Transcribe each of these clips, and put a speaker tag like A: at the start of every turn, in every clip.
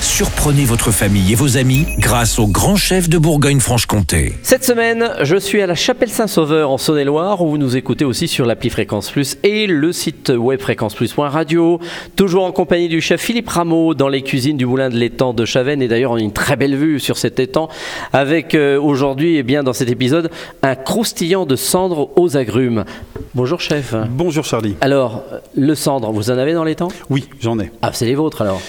A: Surprenez votre famille et vos amis grâce au grand chef de Bourgogne-Franche-Comté.
B: Cette semaine, je suis à la Chapelle Saint-Sauveur en Saône-et-Loire où vous nous écoutez aussi sur l'appli Fréquence Plus et le site web fréquenceplus.radio. Toujours en compagnie du chef Philippe Rameau dans les cuisines du moulin de l'étang de Chavennes et d'ailleurs on a une très belle vue sur cet étang avec euh, aujourd'hui et bien dans cet épisode un croustillant de cendres aux agrumes. Bonjour chef.
C: Bonjour Charlie.
B: Alors, euh, le cendre, vous en avez dans l'étang
C: Oui, j'en ai.
B: Ah, c'est les vôtres alors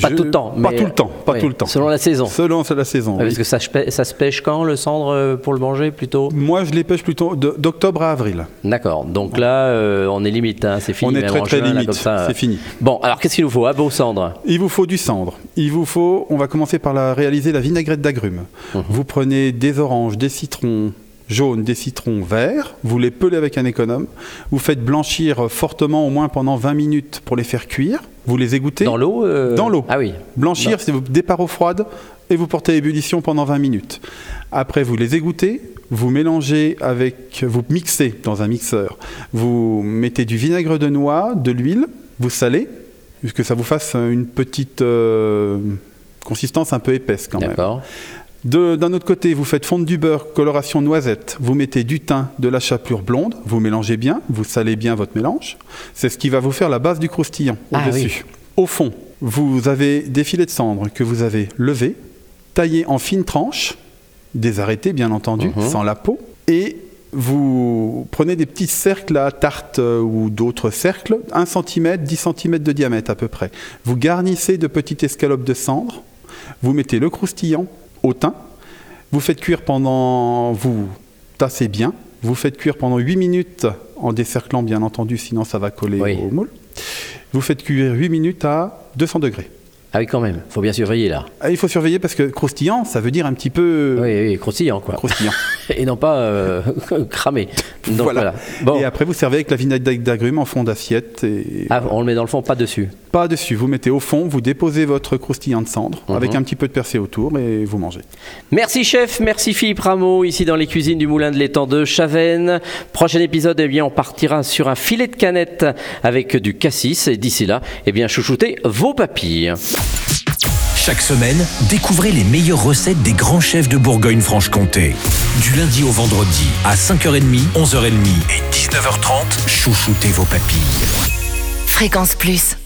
B: Pas
C: Je-
B: tout le temps.
C: Pas
B: mais-
C: tout le temps. Pas
B: oui,
C: tout le temps.
B: Selon la saison.
C: Selon la saison.
B: Ouais,
C: oui.
B: Parce que ça, se pê- ça se pêche quand le cendre euh, pour le manger plutôt
C: Moi, je les pêche plutôt de- d'octobre à avril.
B: D'accord, donc là euh, on est limite, hein, c'est fini.
C: On est
B: même
C: très,
B: en
C: très
B: juin, là,
C: limite,
B: comme ça. euh.
C: c'est fini.
B: Bon, alors qu'est-ce qu'il nous faut Un beau cendre.
C: Il vous faut du cendre. Il vous faut, on va commencer par la, réaliser la vinaigrette d'agrumes.
B: Mhm.
C: Vous prenez des oranges, des citrons jaunes, des citrons verts, vous les pelez avec un économe, vous faites blanchir euh, fortement au moins pendant 20 minutes pour les faire cuire, vous les égouttez.
B: Dans l'eau euh,
C: Dans l'eau.
B: Ah oui.
C: Blanchir, c'est vous départ eau froide et vous portez à ébullition pendant 20 minutes. Après, vous les égouttez, vous mélangez avec, vous mixez dans un mixeur. Vous mettez du vinaigre de noix, de l'huile, vous salez, que ça vous fasse une petite euh, consistance un peu épaisse quand même.
B: D'accord.
C: De- D'un autre côté, vous faites fondre du beurre, coloration noisette, vous mettez du thym, de la chapelure blonde, vous mélangez bien, vous salez bien votre mélange. C'est ce qui va vous faire la base du croustillant
B: Ah
C: au-dessus. Au fond, vous avez des filets de cendre que vous avez levés, taillés en fines tranches, désarrêtés bien entendu, sans la peau, et vous prenez des petits cercles à tarte euh, ou d'autres cercles, 1 cm, 10 cm de diamètre à peu près. Vous garnissez de petites escalopes de cendre, vous mettez le croustillant au thym, vous faites cuire pendant. Vous tassez bien. Vous faites cuire pendant 8 minutes en décerclant, bien entendu, sinon ça va coller
B: Oui.
C: au moule. Vous faites cuire 8 minutes à 200 degrés.
B: Ah oui, quand même, faut bien surveiller là.
C: Ah, il faut surveiller parce que croustillant, ça veut dire un petit peu
B: Oui, oui, croustillant quoi.
C: croustillant.
B: Et non pas euh, cramé. Donc voilà.
C: voilà.
B: Bon.
C: Et après, vous servez avec la vinaigrette d'agrumes en fond d'assiette. Et
B: Ah, on le met dans le fond, pas dessus.
C: Pas dessus, vous mettez au fond, vous déposez votre croustillant de cendre
B: Mhm.
C: avec un petit peu de percé autour et vous mangez.
B: Merci chef, merci Philippe Rameau, ici dans les cuisines du Moulin de l'étang de Chavennes. Prochain épisode, eh bien, on partira sur un filet de canette avec du cassis. Et d'ici là, eh bien, chouchoutez vos papilles.
A: Chaque semaine, découvrez les meilleures recettes des grands chefs de Bourgogne-Franche-Comté. Du lundi au vendredi, à 5h30, 11h30 et 19h30, chouchoutez vos papilles.
D: Fréquence Plus.